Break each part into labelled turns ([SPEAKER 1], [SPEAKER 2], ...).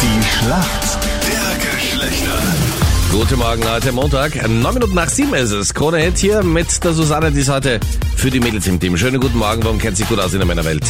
[SPEAKER 1] Die Schlacht der Geschlechter.
[SPEAKER 2] Guten Morgen, heute Montag. Neun Minuten nach sieben ist es. Krone Hit hier mit der Susanne, die ist heute für die Mädels im Team. Schönen guten Morgen, warum kennt sich gut aus in der Männerwelt?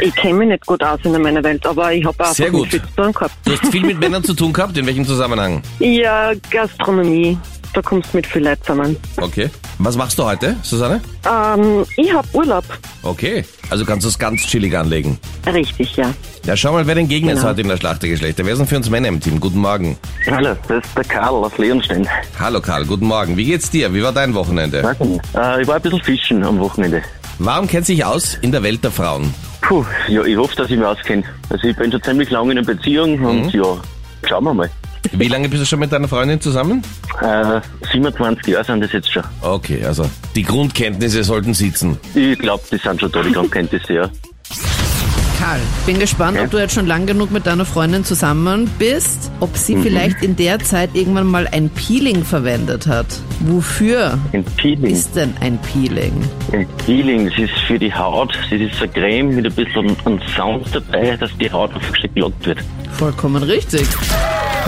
[SPEAKER 3] Ich kenne mich nicht gut aus in meiner Welt, aber ich habe
[SPEAKER 2] Sehr
[SPEAKER 3] einfach
[SPEAKER 2] gut.
[SPEAKER 3] mit viel zu tun gehabt.
[SPEAKER 2] Du hast viel mit Männern zu tun gehabt, in welchem Zusammenhang?
[SPEAKER 3] Ja, Gastronomie, da kommst du mit viel Leid zusammen.
[SPEAKER 2] Okay. Was machst du heute, Susanne?
[SPEAKER 3] Ähm, ich habe Urlaub.
[SPEAKER 2] Okay. Also kannst du es ganz chillig anlegen.
[SPEAKER 3] Richtig, ja.
[SPEAKER 2] Ja, schau mal, wer denn Gegner ist
[SPEAKER 3] Genau.
[SPEAKER 2] heute in der Schlacht der Geschlechter. Wer sind für uns Männer im Team? Guten Morgen.
[SPEAKER 4] Hallo, das ist der Karl aus Leonstein.
[SPEAKER 2] Hallo Karl, guten Morgen. Wie geht's dir? Wie war dein Wochenende?
[SPEAKER 4] Weiß ich nicht. Äh, ich war ein bisschen fischen am Wochenende.
[SPEAKER 2] Warum kennt sich aus in der Welt der Frauen?
[SPEAKER 4] Puh, ja, ich hoffe, dass ich mich auskenne. Also ich bin schon ziemlich lange in einer Beziehung und ja, schauen wir mal.
[SPEAKER 2] Wie lange bist du schon mit deiner Freundin zusammen?
[SPEAKER 4] Äh, 27 Jahre sind das jetzt schon.
[SPEAKER 2] Okay, also die Grundkenntnisse sollten sitzen.
[SPEAKER 4] Ich glaube, die sind schon da, die Grundkenntnisse, ja.
[SPEAKER 5] Karl, bin gespannt, ob du jetzt schon lang genug mit deiner Freundin zusammen bist, ob sie
[SPEAKER 4] Mhm.
[SPEAKER 5] vielleicht in der Zeit irgendwann mal ein Peeling verwendet hat. Wofür
[SPEAKER 4] Ein Peeling.
[SPEAKER 5] ist denn ein Peeling?
[SPEAKER 4] Ein Peeling, das ist für die Haut. Das ist eine Creme mit ein bisschen einem Sound dabei, dass die Haut einfach schön glatt wird.
[SPEAKER 5] Vollkommen richtig.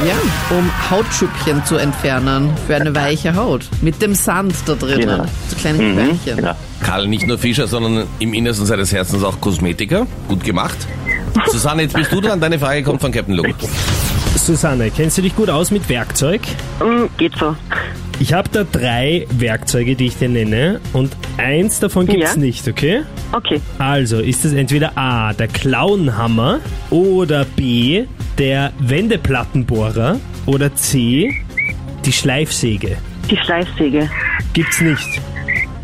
[SPEAKER 5] Ja, um Hautschüppchen zu entfernen für eine weiche Haut. Mit dem Sand da drinnen.
[SPEAKER 4] Genau.
[SPEAKER 5] So kleine Querlchen.
[SPEAKER 4] Genau.
[SPEAKER 2] Karl, nicht nur Fischer, sondern im Innersten seines Herzens auch Kosmetiker. Gut gemacht. Susanne, jetzt bist du dran. Deine Frage kommt von Captain Luke.
[SPEAKER 6] Susanne, kennst du dich gut aus mit Werkzeug?
[SPEAKER 3] Hm, geht so.
[SPEAKER 6] Ich habe da drei Werkzeuge, die ich dir nenne, und eins davon gibt's
[SPEAKER 3] Ja.
[SPEAKER 6] nicht, okay?
[SPEAKER 3] Okay.
[SPEAKER 6] Also ist es entweder A, der Klauenhammer, oder B, der Wendeplattenbohrer, oder C, die Schleifsäge.
[SPEAKER 3] Die Schleifsäge.
[SPEAKER 6] Gibt's nicht.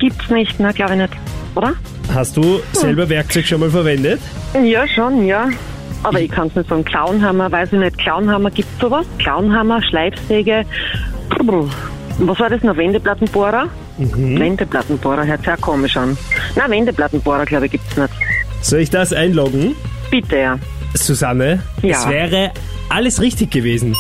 [SPEAKER 3] Gibt's nicht, na glaube ich nicht. Oder?
[SPEAKER 6] Hast
[SPEAKER 3] Hm.
[SPEAKER 6] du selber Werkzeug schon mal verwendet?
[SPEAKER 3] Ja, schon, ja. Aber ich kann es nicht sagen. Clownhammer, weiß ich nicht. Clownhammer, gibt's sowas? Clownhammer, Schleifsäge. Brr. Was war das noch? Wendeplattenbohrer? Wendeplattenbohrer, hört sehr komisch an. Na, Wendeplattenbohrer, glaube ich, gibt's nicht.
[SPEAKER 6] Soll ich das einloggen?
[SPEAKER 3] Bitte, ja.
[SPEAKER 6] Susanne,
[SPEAKER 3] Ja.
[SPEAKER 6] es wäre alles richtig gewesen.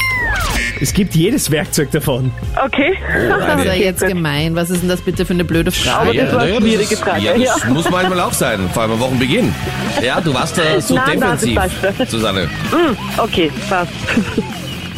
[SPEAKER 6] Es gibt jedes Werkzeug davon.
[SPEAKER 3] Okay.
[SPEAKER 5] Was ist da jetzt gemein? Was ist denn das bitte für eine blöde Frage?
[SPEAKER 3] das war eine
[SPEAKER 2] ja,
[SPEAKER 3] schwierige
[SPEAKER 2] das-
[SPEAKER 3] Frage,
[SPEAKER 2] Ja, das
[SPEAKER 3] ja.
[SPEAKER 2] muss manchmal auch sein, vor allem am Wochenbeginn. Ja, du warst da so
[SPEAKER 3] Nein, nein, das
[SPEAKER 2] defensiv,
[SPEAKER 3] passt schon.
[SPEAKER 2] Susanne.
[SPEAKER 3] Okay, passt.